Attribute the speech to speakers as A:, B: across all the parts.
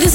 A: this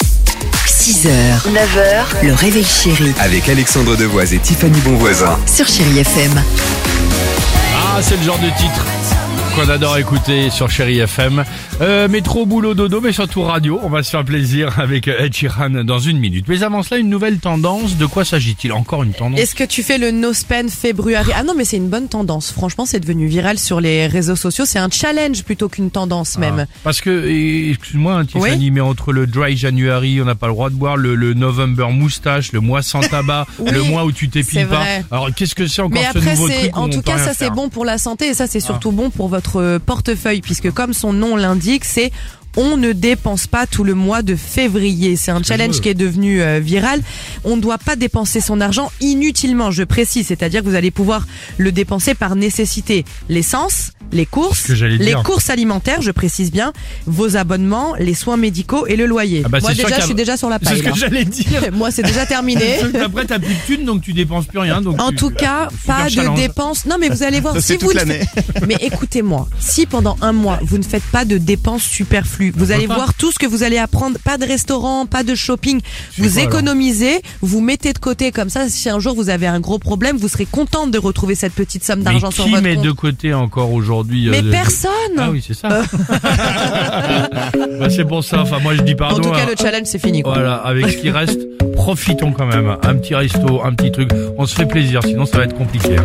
B: 6h, 9h, le réveil chéri
C: avec Alexandre Devoise et Tiffany Bonvoisin.
B: sur Chérie FM.
D: Ah, c'est le genre de titre qu'on adore écouter sur Chéri FM. Euh, métro, boulot, dodo, mais surtout radio. On va se faire plaisir avec Ed Sheeran dans une minute. Mais avant cela, une nouvelle tendance. De quoi s'agit-il Encore une tendance
E: Est-ce que tu fais le no spend February Ah non, mais c'est une bonne tendance. Franchement, c'est devenu viral sur les réseaux sociaux. C'est un challenge plutôt qu'une tendance même.
D: Ah, Parce que, et- excuse-moi, hein, Tiffany, mais entre le dry January, on n'a pas le droit de boire, le, le November moustache, le mois sans tabac,
E: Oui,
D: le mois où tu t'épiles
E: c'est
D: pas.
E: vrai.
D: Alors, qu'est-ce que c'est encore
E: Mais
D: ce
E: après,
D: nouveau
E: c'est
D: truc où
E: en
D: on
E: tout
D: peut
E: cas
D: rien
E: ça c'est
D: faire Ah.
E: bon pour la santé et ça c'est surtout bon pour votre euh, portefeuille puisque comme son nom l'indique, c'est on ne dépense pas tout le mois de février. C'est un challenge qui est devenu euh, viral. On ne doit pas dépenser son argent inutilement, je précise. C'est-à-dire que vous allez pouvoir le dépenser par nécessité. L'essence, les
D: Ce
E: courses,
D: que j'allais
E: les
D: dire.
E: courses alimentaires, je précise bien, vos abonnements, les soins médicaux et le loyer.
D: Ah bah,
E: Moi
D: c'est sûr qu'il y
E: déjà,
D: a-
E: je suis déjà sur la
D: C'est
E: paille.
D: ce que
E: là.
D: j'allais dire.
E: Moi, c'est déjà terminé.
D: Après, t'as plus de thunes, donc tu dépenses plus rien. Donc
E: En
D: tu-
E: tout cas,
D: super
E: pas de
D: challenge.
E: dépenses. Non, mais vous allez voir
F: Ça,
E: si
F: c'est
E: vous.
F: toute
E: le
F: l'année.
E: faites- Mais écoutez-moi, si pendant un mois vous ne faites pas de dépenses superflues, vous allez
D: pas.
E: voir tout ce que vous allez apprendre. Pas de restaurant, pas de shopping.
D: fais
E: Vous
D: quoi, alors
E: économisez, vous mettez de côté comme ça. Si un jour vous avez un gros problème, vous serez contente de retrouver cette petite somme
D: Mais
E: d'argent sur
D: qui
E: votre
D: met
E: compte.
D: de côté encore aujourd'hui euh,
E: Mais
D: de-
E: personne.
D: Ah oui, c'est ça. Bah, c'est pour ça. Enfin, moi, je dis
E: En
D: pardon.
E: tout cas,
D: hein.
E: le challenge c'est fini. quoi.
D: Voilà, avec ce qui reste, profitons quand même. Un petit resto, un petit truc. On se fait plaisir, sinon ça va être compliqué. hein.